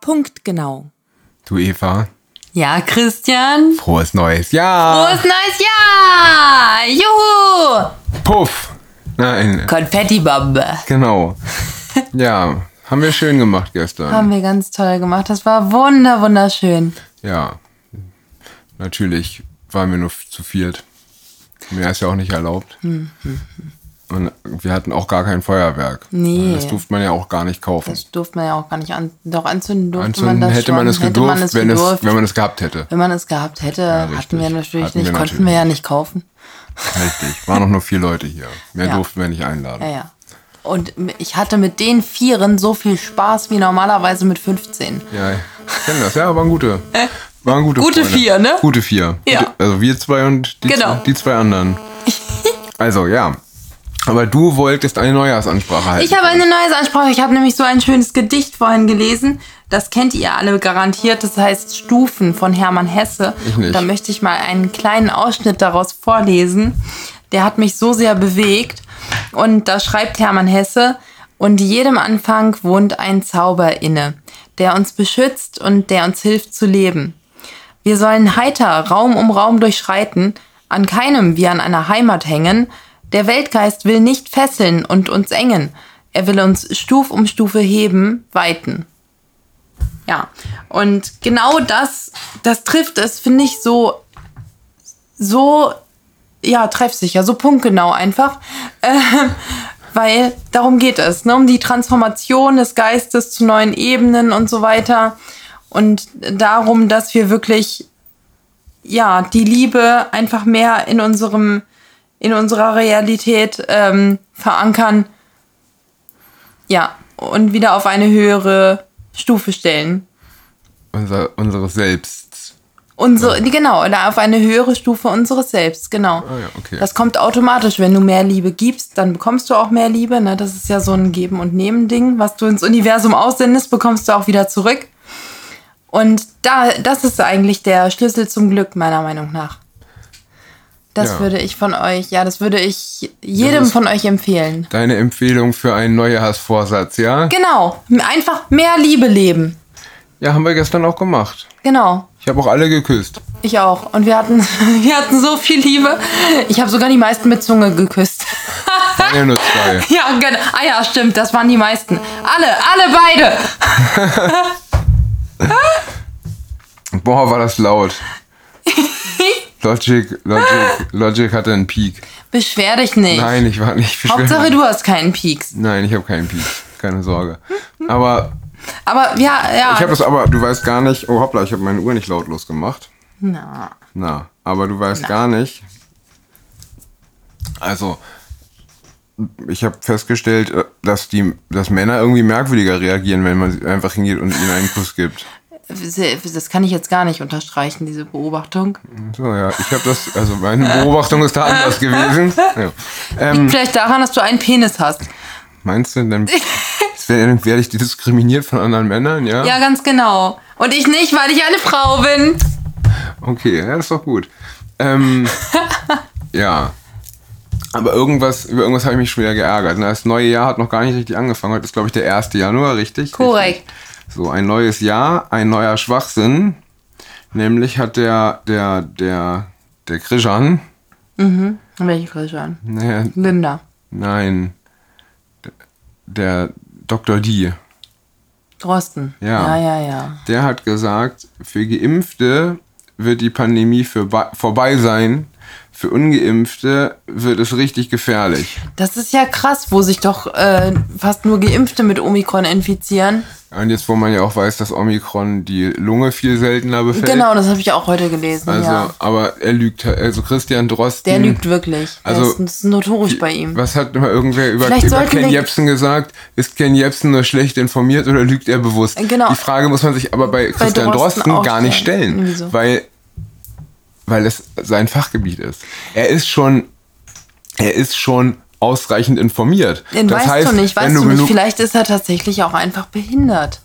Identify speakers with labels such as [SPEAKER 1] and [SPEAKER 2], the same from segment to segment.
[SPEAKER 1] Punktgenau.
[SPEAKER 2] Du Eva,
[SPEAKER 1] Ja, Christian.
[SPEAKER 2] frohes neues Jahr.
[SPEAKER 1] Frohes neues Jahr! Juhu!
[SPEAKER 2] Puff. Nein,
[SPEAKER 1] Konfettibombe.
[SPEAKER 2] genau. Ja, haben wir schön gemacht gestern.
[SPEAKER 1] Haben wir ganz toll gemacht. Das war wunder, wunderschön.
[SPEAKER 2] Ja, natürlich waren wir nur f- zu viert. Mehr ist ja auch nicht erlaubt.
[SPEAKER 1] Hm,
[SPEAKER 2] Und wir hatten auch gar kein Feuerwerk.
[SPEAKER 1] Nee.
[SPEAKER 2] Das durfte man ja auch gar nicht kaufen.
[SPEAKER 1] Das durfte man ja auch gar nicht an. Doch anzünden durfte
[SPEAKER 2] Anzünden
[SPEAKER 1] man das
[SPEAKER 2] hätte
[SPEAKER 1] schon.
[SPEAKER 2] man es
[SPEAKER 1] Hätte
[SPEAKER 2] gedurft, wenn,
[SPEAKER 1] gedurft.
[SPEAKER 2] Es, wenn man es gehabt hätte.
[SPEAKER 1] Wenn man es gehabt hätte, hatten
[SPEAKER 2] richtig.
[SPEAKER 1] wir natürlich
[SPEAKER 2] Hatten
[SPEAKER 1] nicht,
[SPEAKER 2] wir
[SPEAKER 1] konnten wir ja nicht kaufen.
[SPEAKER 2] Richtig. Waren auch nur vier Leute hier. Mehr
[SPEAKER 1] Ja.
[SPEAKER 2] durften wir nicht einladen.
[SPEAKER 1] Ja, ja. Und ich hatte mit den Vieren so viel Spaß wie normalerweise mit 15.
[SPEAKER 2] Ja, ich kenne das. Ja, waren gute. Waren gute
[SPEAKER 1] Äh, Gute
[SPEAKER 2] Freunde.
[SPEAKER 1] vier, ne?
[SPEAKER 2] Gute vier.
[SPEAKER 1] Ja.
[SPEAKER 2] Gute- Also wir zwei und die,
[SPEAKER 1] Genau.
[SPEAKER 2] zwei, die zwei anderen. Also, ja. Aber du wolltest eine Neujahrsansprache halten.
[SPEAKER 1] Ich habe eine neue Ansprache. Ich habe nämlich so ein schönes Gedicht vorhin gelesen. Das kennt ihr alle garantiert. Das heißt Stufen von Hermann Hesse.
[SPEAKER 2] Ich nicht.
[SPEAKER 1] Und Da möchte ich mal einen kleinen Ausschnitt daraus vorlesen. Der hat mich so sehr bewegt. Und da schreibt Hermann Hesse, und jedem Anfang wohnt ein Zauber inne, der uns beschützt und der uns hilft zu leben. Wir sollen heiter Raum um Raum durchschreiten, an keinem wie an einer Heimat hängen. Der Weltgeist will nicht fesseln und uns engen. Er will uns Stuf um Stufe heben, weiten. Ja, und genau das, das trifft es, finde ich, so, so, ja, treffsicher, so punktgenau einfach. Ähm, weil darum geht es, ne? um die Transformation des Geistes zu neuen Ebenen und so weiter. Und darum, dass wir wirklich, ja, die Liebe einfach mehr in unserem, in unserer Realität ähm, verankern. Ja, und wieder auf eine höhere Stufe stellen.
[SPEAKER 2] Unser, unseres Selbst.
[SPEAKER 1] Unsere, Genau, oder auf eine höhere Stufe unseres Selbst, genau.
[SPEAKER 2] Ah ja, okay.
[SPEAKER 1] Das kommt automatisch, wenn du mehr Liebe gibst, dann bekommst du auch mehr Liebe. Ne? Das ist ja so ein Geben- und Nehmen-Ding. Was du ins Universum aussendest, bekommst du auch wieder zurück. Und da, das ist eigentlich der Schlüssel zum Glück, meiner Meinung nach. Das
[SPEAKER 2] Ja.
[SPEAKER 1] würde ich von euch, ja, das würde ich jedem
[SPEAKER 2] das-
[SPEAKER 1] von euch empfehlen.
[SPEAKER 2] Deine Empfehlung für einen Neujahrsvorsatz, ja?
[SPEAKER 1] Genau, einfach mehr Liebe leben.
[SPEAKER 2] Ja, haben wir gestern auch gemacht.
[SPEAKER 1] Genau.
[SPEAKER 2] Ich habe auch alle geküsst.
[SPEAKER 1] Ich auch. Und wir hatten, wir hatten so viel Liebe. Ich habe sogar die meisten mit Zunge geküsst.
[SPEAKER 2] Waren ja nur zwei.
[SPEAKER 1] Ja, genau. Ah ja, stimmt, das waren die meisten. Alle, alle beide.
[SPEAKER 2] Boah, war das laut. Logic, Logic, Logic hatte einen Peak.
[SPEAKER 1] Beschwer dich nicht.
[SPEAKER 2] Nein, ich war nicht beschwert.
[SPEAKER 1] Hauptsache, du hast keinen Pieks.
[SPEAKER 2] Nein, ich habe keinen Peak. Keine Sorge. Aber
[SPEAKER 1] Aber ja, ja.
[SPEAKER 2] Ich habe das aber, du weißt gar nicht, oh hoppla, ich habe meine Uhr nicht lautlos gemacht.
[SPEAKER 1] Na.
[SPEAKER 2] Na, aber du weißt gar nicht. Also, ich habe festgestellt, äh, dass, die, dass Männer irgendwie merkwürdiger reagieren, wenn man sie einfach hingeht und ihnen einen Kuss gibt.
[SPEAKER 1] Das kann ich jetzt gar nicht unterstreichen, diese Beobachtung.
[SPEAKER 2] So, ja, ich habe das, also meine Beobachtung ist da anders gewesen. Ja. Ähm,
[SPEAKER 1] Vielleicht daran, dass du einen Penis hast.
[SPEAKER 2] meinst du, dann werde werd ich diskriminiert von anderen Männern, ja?
[SPEAKER 1] Ja, ganz genau. Und ich nicht, weil ich eine Frau bin.
[SPEAKER 2] Okay, ja, ist doch gut. Ähm, ja. Aber irgendwas, über irgendwas habe ich mich schon wieder geärgert. ne? Das neue Jahr hat noch gar nicht richtig angefangen. Heute ist, glaube ich, der 1. Januar, richtig?
[SPEAKER 1] Korrekt.
[SPEAKER 2] Richtig. So, ein neues Jahr, ein neuer Schwachsinn. Nämlich hat der, der, der, der Krishan,
[SPEAKER 1] Welche Größe an?
[SPEAKER 2] ne,
[SPEAKER 1] Linda.
[SPEAKER 2] nein, der Dr. D,
[SPEAKER 1] Drosten. Ja,
[SPEAKER 2] Ja.
[SPEAKER 1] ja, ja.
[SPEAKER 2] der hat gesagt, für Geimpfte wird die Pandemie für vorbei sein. Für Ungeimpfte wird es richtig gefährlich.
[SPEAKER 1] Das ist ja krass, wo sich doch äh, fast nur Geimpfte mit Omikron infizieren.
[SPEAKER 2] Und jetzt, wo man ja auch weiß, dass Omikron die Lunge viel seltener befällt.
[SPEAKER 1] Genau, das habe ich auch heute gelesen.
[SPEAKER 2] Also,
[SPEAKER 1] ja.
[SPEAKER 2] aber er lügt, also Christian Drosten.
[SPEAKER 1] Der lügt wirklich.
[SPEAKER 2] Also,
[SPEAKER 1] das, ist, das ist notorisch bei ihm.
[SPEAKER 2] Was hat immer irgendwer über,
[SPEAKER 1] Vielleicht
[SPEAKER 2] über
[SPEAKER 1] sollten
[SPEAKER 2] Ken
[SPEAKER 1] wir-
[SPEAKER 2] Jepsen gesagt? Ist Ken Jepsen nur schlecht informiert oder lügt er bewusst?
[SPEAKER 1] Genau.
[SPEAKER 2] Die Frage muss man sich aber bei Christian
[SPEAKER 1] Drosten
[SPEAKER 2] Drosten,
[SPEAKER 1] auch
[SPEAKER 2] gar nicht
[SPEAKER 1] stellen.
[SPEAKER 2] stellen,
[SPEAKER 1] Wieso?
[SPEAKER 2] weil, weil es sein Fachgebiet ist. Er ist schon, er ist schon ausreichend informiert.
[SPEAKER 1] Den
[SPEAKER 2] das
[SPEAKER 1] weißt
[SPEAKER 2] heißt,
[SPEAKER 1] du nicht,
[SPEAKER 2] wenn
[SPEAKER 1] weißt du
[SPEAKER 2] genug
[SPEAKER 1] nicht. Vielleicht ist er tatsächlich auch einfach behindert.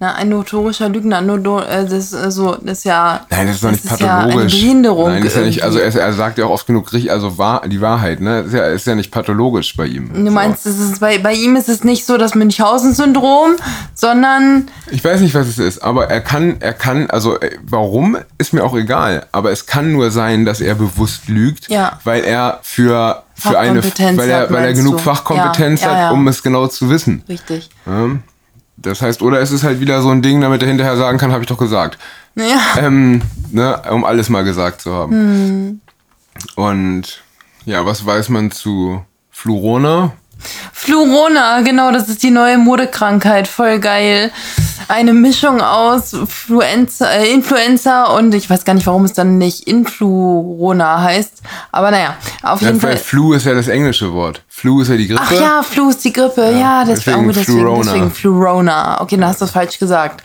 [SPEAKER 1] Ne, ein notorischer Lügner, nur do, äh, das, äh, so, das ist ja.
[SPEAKER 2] Nein, das ist doch nicht
[SPEAKER 1] das ist ja eine
[SPEAKER 2] pathologisch.
[SPEAKER 1] Behinderung
[SPEAKER 2] Nein, das ist ja nicht, also
[SPEAKER 1] irgendwie.
[SPEAKER 2] er, er sagt ja auch oft genug richtig, also wahr, die Wahrheit, ne? Ist ja, ist ja nicht pathologisch bei ihm.
[SPEAKER 1] Du meinst, es ist bei, bei ihm ist es nicht so das Münchhausen-Syndrom, sondern
[SPEAKER 2] Ich weiß nicht, was es ist, aber er kann, er kann, also äh, warum, ist mir auch egal. Aber es kann nur sein, dass er bewusst lügt,
[SPEAKER 1] Ja.
[SPEAKER 2] weil er für, für eine,
[SPEAKER 1] Fachkompetenz
[SPEAKER 2] weil er,
[SPEAKER 1] hat,
[SPEAKER 2] weil er
[SPEAKER 1] meinst
[SPEAKER 2] genug
[SPEAKER 1] du?
[SPEAKER 2] Fachkompetenz
[SPEAKER 1] Ja, ja,
[SPEAKER 2] hat,
[SPEAKER 1] ja.
[SPEAKER 2] um es genau zu wissen.
[SPEAKER 1] richtig.
[SPEAKER 2] Ja? Das heißt, oder es ist halt wieder so ein Ding, damit er hinterher sagen kann, habe ich doch gesagt.
[SPEAKER 1] Ja.
[SPEAKER 2] Ähm, ne, um alles mal gesagt zu haben.
[SPEAKER 1] Hm.
[SPEAKER 2] Und ja, was weiß man zu Flurona?
[SPEAKER 1] Flurona, genau, das ist die neue Modekrankheit, voll geil. Eine Mischung aus Fluenza, äh, Influenza und ich weiß gar nicht, warum es dann nicht Influorona heißt, aber naja, auf
[SPEAKER 2] Ja,
[SPEAKER 1] jeden
[SPEAKER 2] weil
[SPEAKER 1] Fall.
[SPEAKER 2] Flu ist ja das englische Wort. Flu ist ja die Grippe.
[SPEAKER 1] Ach ja, Flu ist die Grippe, ja, das deswegen,
[SPEAKER 2] deswegen
[SPEAKER 1] gut, deswegen,
[SPEAKER 2] Flurona.
[SPEAKER 1] deswegen Flurona. Okay, dann hast du es falsch gesagt.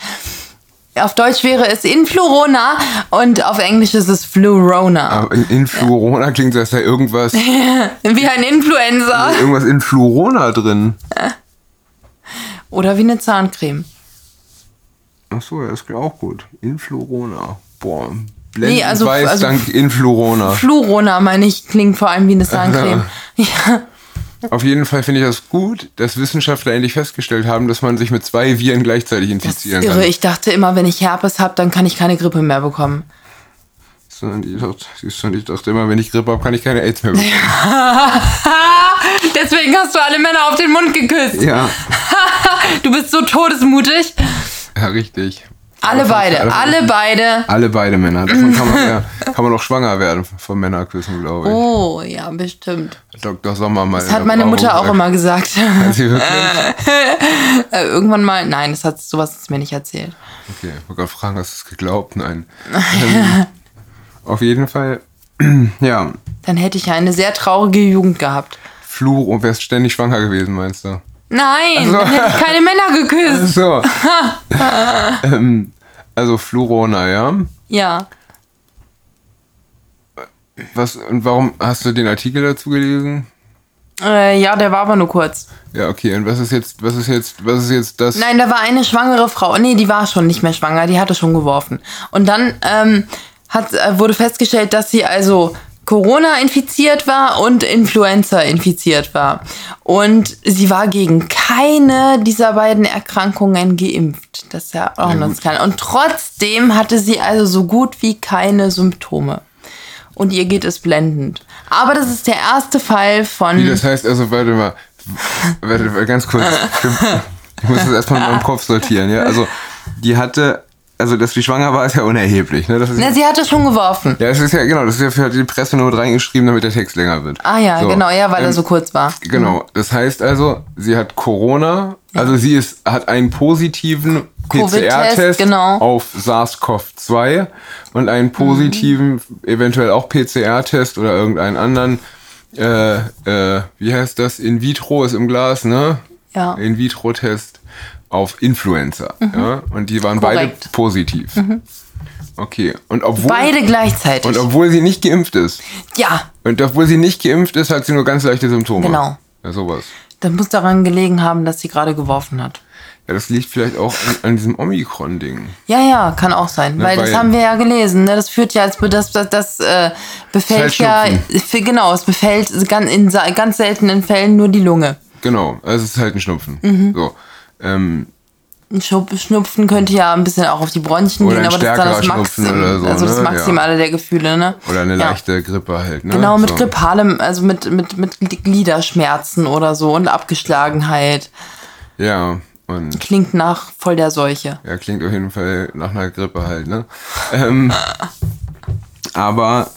[SPEAKER 1] Auf Deutsch wäre es Influorona und auf Englisch ist es Flurona.
[SPEAKER 2] Aber in, in Flurona klingt, dass da irgendwas,
[SPEAKER 1] Wie ein Influenza.
[SPEAKER 2] irgendwas in Flurona drin.
[SPEAKER 1] Oder wie eine Zahncreme.
[SPEAKER 2] Achso, ja, das klingt auch gut. In Flurona. Boah. Blendend
[SPEAKER 1] Nee, also-
[SPEAKER 2] weiß
[SPEAKER 1] also-
[SPEAKER 2] dank in Flurona.
[SPEAKER 1] Flurona, meine ich, klingt vor allem wie eine Zahncreme. Ja.
[SPEAKER 2] Auf jeden Fall finde ich das gut, dass Wissenschaftler endlich festgestellt haben, dass man sich mit zwei Viren gleichzeitig
[SPEAKER 1] Das ist
[SPEAKER 2] infizieren
[SPEAKER 1] irre.
[SPEAKER 2] kann.
[SPEAKER 1] Ich dachte immer, wenn ich Herpes habe, dann kann ich keine Grippe mehr bekommen.
[SPEAKER 2] Sondern ich dachte, siehst du, und ich dachte immer, wenn ich Grippe habe, kann ich keine Aids mehr bekommen.
[SPEAKER 1] Deswegen hast du alle Männer auf den Mund geküsst.
[SPEAKER 2] Ja,
[SPEAKER 1] Du bist so todesmutig.
[SPEAKER 2] ja richtig.
[SPEAKER 1] Alle beide, alle beide.
[SPEAKER 2] Alle beide Männer. Davon kann man, ja, kann man auch schwanger werden von Männerküssen, glaube ich.
[SPEAKER 1] Oh, ja, bestimmt.
[SPEAKER 2] Dr. Sommer mal.
[SPEAKER 1] Das hat meine Mutter auch immer gesagt. Äh,
[SPEAKER 2] Sie wirklich?
[SPEAKER 1] Irgendwann mal, nein, das hat sowas ist mir nicht erzählt.
[SPEAKER 2] Okay, ich wollte gerade fragen, hast du es geglaubt? Nein. Ähm, auf jeden Fall, ja,
[SPEAKER 1] Dann hätte ich ja eine sehr traurige Jugend gehabt.
[SPEAKER 2] Fluch und oh, wärst ständig schwanger gewesen, meinst du?
[SPEAKER 1] Nein,
[SPEAKER 2] so.
[SPEAKER 1] dann hätte ich keine Männer geküsst.
[SPEAKER 2] So. ähm, also Flurona, ja.
[SPEAKER 1] Ja.
[SPEAKER 2] Was, und warum hast du den Artikel dazu gelesen?
[SPEAKER 1] Äh, ja, der war aber nur kurz.
[SPEAKER 2] Ja, okay, und was ist jetzt, was ist jetzt, was ist jetzt das?
[SPEAKER 1] Nein, da war eine schwangere Frau. Nee, die war schon nicht mehr schwanger, die hatte schon geworfen. Und dann ähm, hat, äh, wurde festgestellt, dass sie also Corona infiziert war und Influenza infiziert war. Und sie war gegen keine dieser beiden Erkrankungen geimpft. Das ist ja auch noch klein. Und trotzdem hatte sie also so gut wie keine Symptome. Und ihr geht es blendend. Aber das ist der erste Fall von.
[SPEAKER 2] Wie, Das heißt also, warte mal, warte mal, ganz kurz. Ich muss das erstmal in meinem Kopf sortieren, ja. Also, die hatte, also, dass die schwanger war, ist ja unerheblich, ne? Das ist,
[SPEAKER 1] Na, sie hatte schon geworfen.
[SPEAKER 2] ja, das ist ja, genau, das ist ja für die Presse nur mit reingeschrieben, damit der Text länger wird.
[SPEAKER 1] Ah ja,
[SPEAKER 2] So, Ähm,
[SPEAKER 1] genau, ja, weil er so hm. kurz war.
[SPEAKER 2] Genau, das heißt also, sie hat Corona, also sie ist, hat einen positiven
[SPEAKER 1] Covid-Test,
[SPEAKER 2] PCR-Test
[SPEAKER 1] genau. Mhm.
[SPEAKER 2] auf SARS-CoV-2 und einen positiven, eventuell auch PCR-Test oder irgendeinen anderen, äh, äh, wie heißt das, in vitro ist im Glas, ne?
[SPEAKER 1] Ja. Mhm.
[SPEAKER 2] In vitro-Test auf Influenza. Ja? Und die waren beide
[SPEAKER 1] Korrekt. Mhm.
[SPEAKER 2] positiv. Okay, und obwohl,
[SPEAKER 1] Beide gleichzeitig.
[SPEAKER 2] Oh. und obwohl sie nicht geimpft ist,
[SPEAKER 1] ja,
[SPEAKER 2] und obwohl sie nicht geimpft ist, hat sie nur ganz leichte Symptome.
[SPEAKER 1] Genau.
[SPEAKER 2] Ja, sowas.
[SPEAKER 1] das muss daran gelegen haben, dass sie gerade geworfen hat.
[SPEAKER 2] Ja, das liegt vielleicht auch an, an diesem Omikron-Ding.
[SPEAKER 1] Ja, ja, kann auch sein, weil,
[SPEAKER 2] Ne, weil-
[SPEAKER 1] das haben wir ja gelesen. Ne? Das führt ja als be- das, das, das äh, befällt ja
[SPEAKER 2] Schnupfen.
[SPEAKER 1] für, genau, es befällt ganz, in sa- ganz seltenen Fällen nur die Lunge.
[SPEAKER 2] Genau, also es ist halt ein Schnupfen.
[SPEAKER 1] Mhm.
[SPEAKER 2] So. Ähm,
[SPEAKER 1] Ein Schub- Schnupfen könnte ja ein bisschen auch auf die Bronchien
[SPEAKER 2] Oder
[SPEAKER 1] gehen,
[SPEAKER 2] ein
[SPEAKER 1] aber das ist dann das,
[SPEAKER 2] stärkerer
[SPEAKER 1] Maxim,
[SPEAKER 2] Schnupfen oder so,
[SPEAKER 1] also das
[SPEAKER 2] ne? Ja.
[SPEAKER 1] Maximale der Gefühle, ne?
[SPEAKER 2] oder eine
[SPEAKER 1] Ja.
[SPEAKER 2] leichte Grippe halt. Ne?
[SPEAKER 1] Genau, mit
[SPEAKER 2] so.
[SPEAKER 1] grippalem, also mit, mit, mit Gliederschmerzen oder so und Abgeschlagenheit.
[SPEAKER 2] Ja, und
[SPEAKER 1] Klingt nach voll der Seuche.
[SPEAKER 2] ja, klingt auf jeden Fall nach einer Grippe halt, ne? Ähm, aber,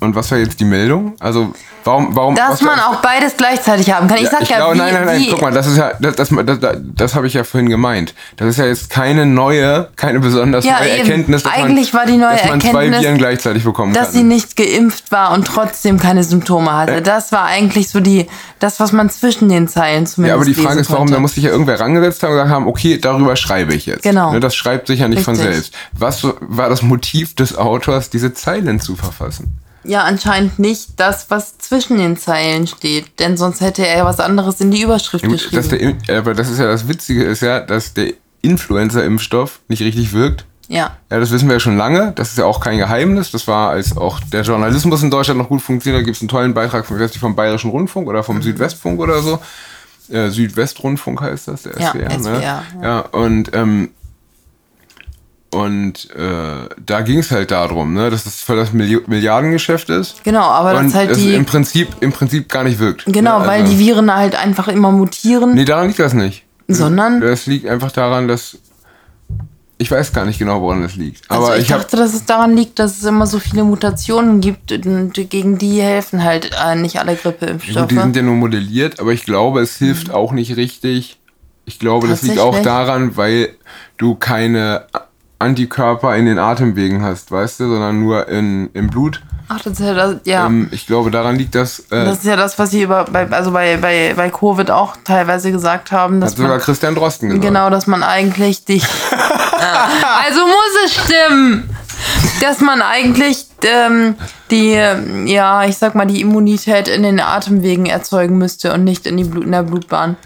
[SPEAKER 2] und was war jetzt die Meldung? Also, warum, warum.
[SPEAKER 1] Dass
[SPEAKER 2] was
[SPEAKER 1] man auch beides gleichzeitig haben kann. Ich sag
[SPEAKER 2] ich
[SPEAKER 1] ja,
[SPEAKER 2] glaube,
[SPEAKER 1] wie,
[SPEAKER 2] nein, nein, nein,
[SPEAKER 1] wie,
[SPEAKER 2] guck mal, das ist ja, das, das, das, das, das habe ich ja vorhin gemeint. Das ist ja jetzt keine neue, keine besonders
[SPEAKER 1] Ja,
[SPEAKER 2] neue
[SPEAKER 1] eben.
[SPEAKER 2] Erkenntnis, dass
[SPEAKER 1] Eigentlich
[SPEAKER 2] man,
[SPEAKER 1] war die neue
[SPEAKER 2] dass man zwei
[SPEAKER 1] Erkenntnis,
[SPEAKER 2] Viren gleichzeitig bekommen
[SPEAKER 1] dass
[SPEAKER 2] kann.
[SPEAKER 1] sie nicht geimpft war und trotzdem keine Symptome hatte.
[SPEAKER 2] Äh.
[SPEAKER 1] Das war eigentlich so die, das, was man zwischen den Zeilen zumindest
[SPEAKER 2] Ja, aber die
[SPEAKER 1] lesen
[SPEAKER 2] Frage ist, warum
[SPEAKER 1] konnte.
[SPEAKER 2] da muss sich ja irgendwer rangesetzt haben und gesagt haben, okay, darüber schreibe ich jetzt.
[SPEAKER 1] Genau.
[SPEAKER 2] Ne, das schreibt sich ja nicht von
[SPEAKER 1] Richtig.
[SPEAKER 2] selbst. Was war das Motiv des Autors, diese Zeilen zu verfassen?
[SPEAKER 1] Ja, anscheinend nicht das, was zwischen den Zeilen steht, denn sonst hätte er was anderes in die Überschrift
[SPEAKER 2] Gut,
[SPEAKER 1] geschrieben.
[SPEAKER 2] dass der, aber das ist ja das Witzige, ist ja, dass der Influenza-Impfstoff nicht richtig wirkt.
[SPEAKER 1] Ja.
[SPEAKER 2] Ja, das wissen wir ja schon lange. Das ist ja auch kein Geheimnis. Das war, als auch der Journalismus in Deutschland noch gut funktioniert. Da gibt es einen tollen Beitrag vom, ich weiß nicht, vom Bayerischen Rundfunk oder
[SPEAKER 1] Mhm.
[SPEAKER 2] vom Südwestfunk oder so. Äh, Südwestrundfunk heißt das, der
[SPEAKER 1] Ja,
[SPEAKER 2] SWR. ne?
[SPEAKER 1] SWR,
[SPEAKER 2] ja.
[SPEAKER 1] ja.
[SPEAKER 2] und ähm, und äh, da ging es halt darum, ne, dass das voll das Milli- Milliardengeschäft ist.
[SPEAKER 1] Genau, aber das
[SPEAKER 2] und
[SPEAKER 1] halt
[SPEAKER 2] es
[SPEAKER 1] die-
[SPEAKER 2] im Prinzip im Prinzip gar nicht wirkt.
[SPEAKER 1] Genau,
[SPEAKER 2] Ne,
[SPEAKER 1] weil
[SPEAKER 2] also-
[SPEAKER 1] die Viren halt einfach immer mutieren,
[SPEAKER 2] Nee, daran liegt das nicht.
[SPEAKER 1] sondern.
[SPEAKER 2] Das liegt einfach daran, dass ich weiß gar nicht genau, woran das liegt. Aber
[SPEAKER 1] also ich,
[SPEAKER 2] ich, hab-
[SPEAKER 1] dachte, dass es daran liegt, dass es immer so viele Mutationen gibt und gegen die helfen halt äh, nicht alle
[SPEAKER 2] Gut, die sind
[SPEAKER 1] Grippeimpfstoffe.
[SPEAKER 2] ja nur modelliert, aber ich glaube, es hilft auch nicht richtig. Ich glaube, das liegt auch
[SPEAKER 1] Mhm. Tatsächlich?
[SPEAKER 2] daran, weil du keine A- Antikörper in den Atemwegen hast, weißt du, sondern nur in, im Blut.
[SPEAKER 1] Ach, das ist ja das, ja.
[SPEAKER 2] Ähm, ich glaube, daran liegt das. Äh,
[SPEAKER 1] das ist ja das, was sie über, bei, also bei, bei, bei Covid auch teilweise gesagt haben, dass
[SPEAKER 2] hat sogar
[SPEAKER 1] man,
[SPEAKER 2] Christian Drosten gesagt.
[SPEAKER 1] genau, dass man eigentlich dich, also muss es stimmen, dass man eigentlich ähm, die, ähm, ja, ich sag mal, die Immunität in den Atemwegen erzeugen müsste und nicht in, die Blut, in der Blutbahn.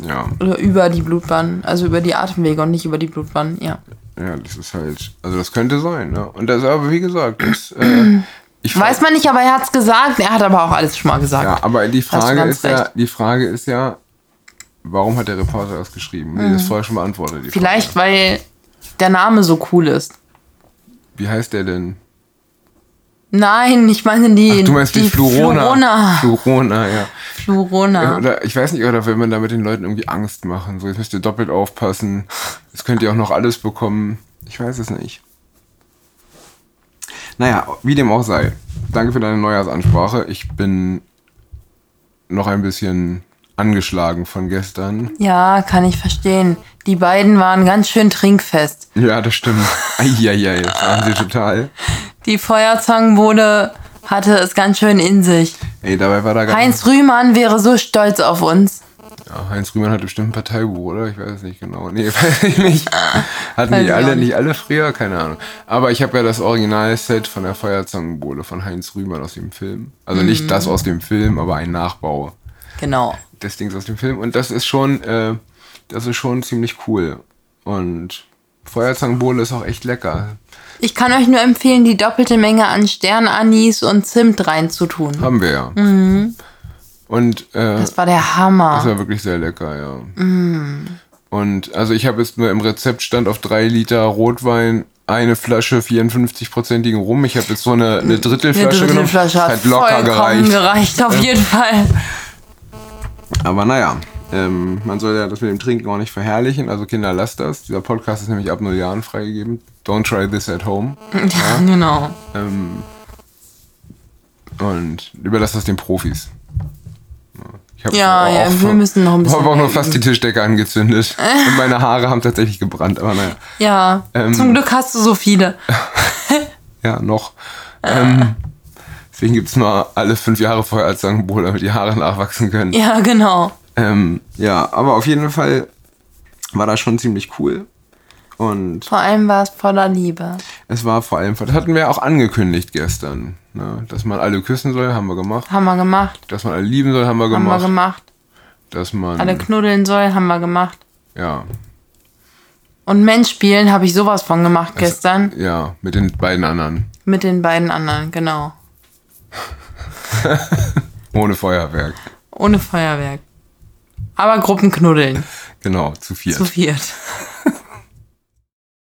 [SPEAKER 1] Genau.
[SPEAKER 2] Ja,
[SPEAKER 1] Oder über die Blutbahn, also über die Atemwege und nicht über die Blutbahn, ja.
[SPEAKER 2] ja, das ist halt. Also, das könnte sein. Ne? Und das ist aber, wie gesagt, das, äh, ich
[SPEAKER 1] Weiß man nicht, aber er hat's gesagt. Er hat aber auch alles schon mal gesagt.
[SPEAKER 2] Ja, aber die
[SPEAKER 1] Hast du
[SPEAKER 2] Frage
[SPEAKER 1] ganz
[SPEAKER 2] ist ja,
[SPEAKER 1] recht.
[SPEAKER 2] die Frage ist ja, warum hat der Reporter das geschrieben? Nee, das ist vorher schon beantwortet. die
[SPEAKER 1] Mhm. Vielleicht, weil der Name so cool ist.
[SPEAKER 2] Frage. Wie heißt der denn?
[SPEAKER 1] Nein, ich meine die,
[SPEAKER 2] Du meinst die, Ah.
[SPEAKER 1] Flurona.
[SPEAKER 2] Flurona. Flurona, ja.
[SPEAKER 1] Flurona.
[SPEAKER 2] Oder ich weiß nicht, oder will man damit den Leuten irgendwie Angst machen? So, jetzt müsst ihr doppelt aufpassen. Jetzt könnt ihr auch noch alles bekommen. Ich weiß es nicht. Naja, wie dem auch sei. Danke für deine Neujahrsansprache. Ich bin noch ein bisschen angeschlagen von gestern.
[SPEAKER 1] Ja, kann ich verstehen. Die beiden waren ganz schön trinkfest.
[SPEAKER 2] Ja, das stimmt. Eieiei, das waren sie total.
[SPEAKER 1] Die Feuerzangenbowle hatte es ganz schön in sich.
[SPEAKER 2] Ey, dabei war da gar
[SPEAKER 1] Heinz Rühmann wäre so stolz auf uns.
[SPEAKER 2] Ja, Heinz Rühmann hat bestimmt ein Parteibuch, oder? Ich weiß es nicht genau. Nee, weiß ich nicht. Hatten
[SPEAKER 1] Weiß
[SPEAKER 2] die
[SPEAKER 1] ich auch
[SPEAKER 2] alle,
[SPEAKER 1] nicht.
[SPEAKER 2] nicht alle früher? Keine Ahnung. Aber ich habe ja das Originalset von der Feuerzangenbowle von Heinz Rühmann aus dem Film. Also
[SPEAKER 1] Mhm.
[SPEAKER 2] nicht das aus dem Film, aber ein Nachbau
[SPEAKER 1] Genau.
[SPEAKER 2] des Dings aus dem Film. Und das ist schon, äh, das ist schon ziemlich cool. Und Feuerzangenbowle ist auch echt lecker.
[SPEAKER 1] Ich kann euch nur empfehlen, die doppelte Menge an Sternanis und Zimt reinzutun.
[SPEAKER 2] Haben wir ja.
[SPEAKER 1] Mhm.
[SPEAKER 2] Und äh,
[SPEAKER 1] Das war der Hammer.
[SPEAKER 2] Das war wirklich sehr lecker, ja.
[SPEAKER 1] Mm.
[SPEAKER 2] Und also ich habe jetzt nur im Rezept stand auf drei Liter Rotwein eine Flasche 54-prozentigen Rum. Ich habe jetzt so eine, eine
[SPEAKER 1] Eine
[SPEAKER 2] Drittelflasche
[SPEAKER 1] dritte
[SPEAKER 2] genommen.
[SPEAKER 1] Flasche hat
[SPEAKER 2] hat locker
[SPEAKER 1] vollkommen
[SPEAKER 2] gereicht.
[SPEAKER 1] gereicht. auf jeden Fall.
[SPEAKER 2] Aber naja, ähm, man soll ja das mit dem Trinken auch nicht verherrlichen. Also Kinder, lasst das. Dieser Podcast ist nämlich ab null Jahren freigegeben. Don't try this at home.
[SPEAKER 1] Ja, genau.
[SPEAKER 2] Ähm, und überlasst das den Profis. Ich habe
[SPEAKER 1] Ja, ja, wir müssen noch ein bisschen
[SPEAKER 2] Ich habe auch noch
[SPEAKER 1] mehr
[SPEAKER 2] fast die Tischdecke angezündet. Und meine Haare haben tatsächlich gebrannt, aber naja.
[SPEAKER 1] Ja,
[SPEAKER 2] Ähm.
[SPEAKER 1] zum Glück hast du so viele.
[SPEAKER 2] Ja, noch. Ähm, deswegen gibt es nur alle fünf Jahre Feuerzangenbowl, damit die Haare nachwachsen können. Ja.
[SPEAKER 1] Ja, genau.
[SPEAKER 2] Ähm, ja, aber auf jeden Fall war das schon ziemlich cool. Und
[SPEAKER 1] Vor allem war es voller Liebe.
[SPEAKER 2] es war vor allem, das hatten wir ja auch angekündigt gestern, ne? dass man alle küssen soll, haben wir gemacht.
[SPEAKER 1] Haben wir gemacht.
[SPEAKER 2] Dass man alle lieben soll, haben wir
[SPEAKER 1] Haben
[SPEAKER 2] gemacht.
[SPEAKER 1] wir gemacht. Mhm.
[SPEAKER 2] dass man,
[SPEAKER 1] Alle knuddeln soll, haben wir gemacht.
[SPEAKER 2] ja,
[SPEAKER 1] Und Mensch spielen habe ich sowas von gemacht gestern
[SPEAKER 2] ja, mit den beiden anderen,
[SPEAKER 1] mit den beiden anderen, genau.
[SPEAKER 2] ohne Feuerwerk.
[SPEAKER 1] Ohne Feuerwerk. Aber Gruppenknuddeln,
[SPEAKER 2] Genau, zu viert.
[SPEAKER 1] zu viert.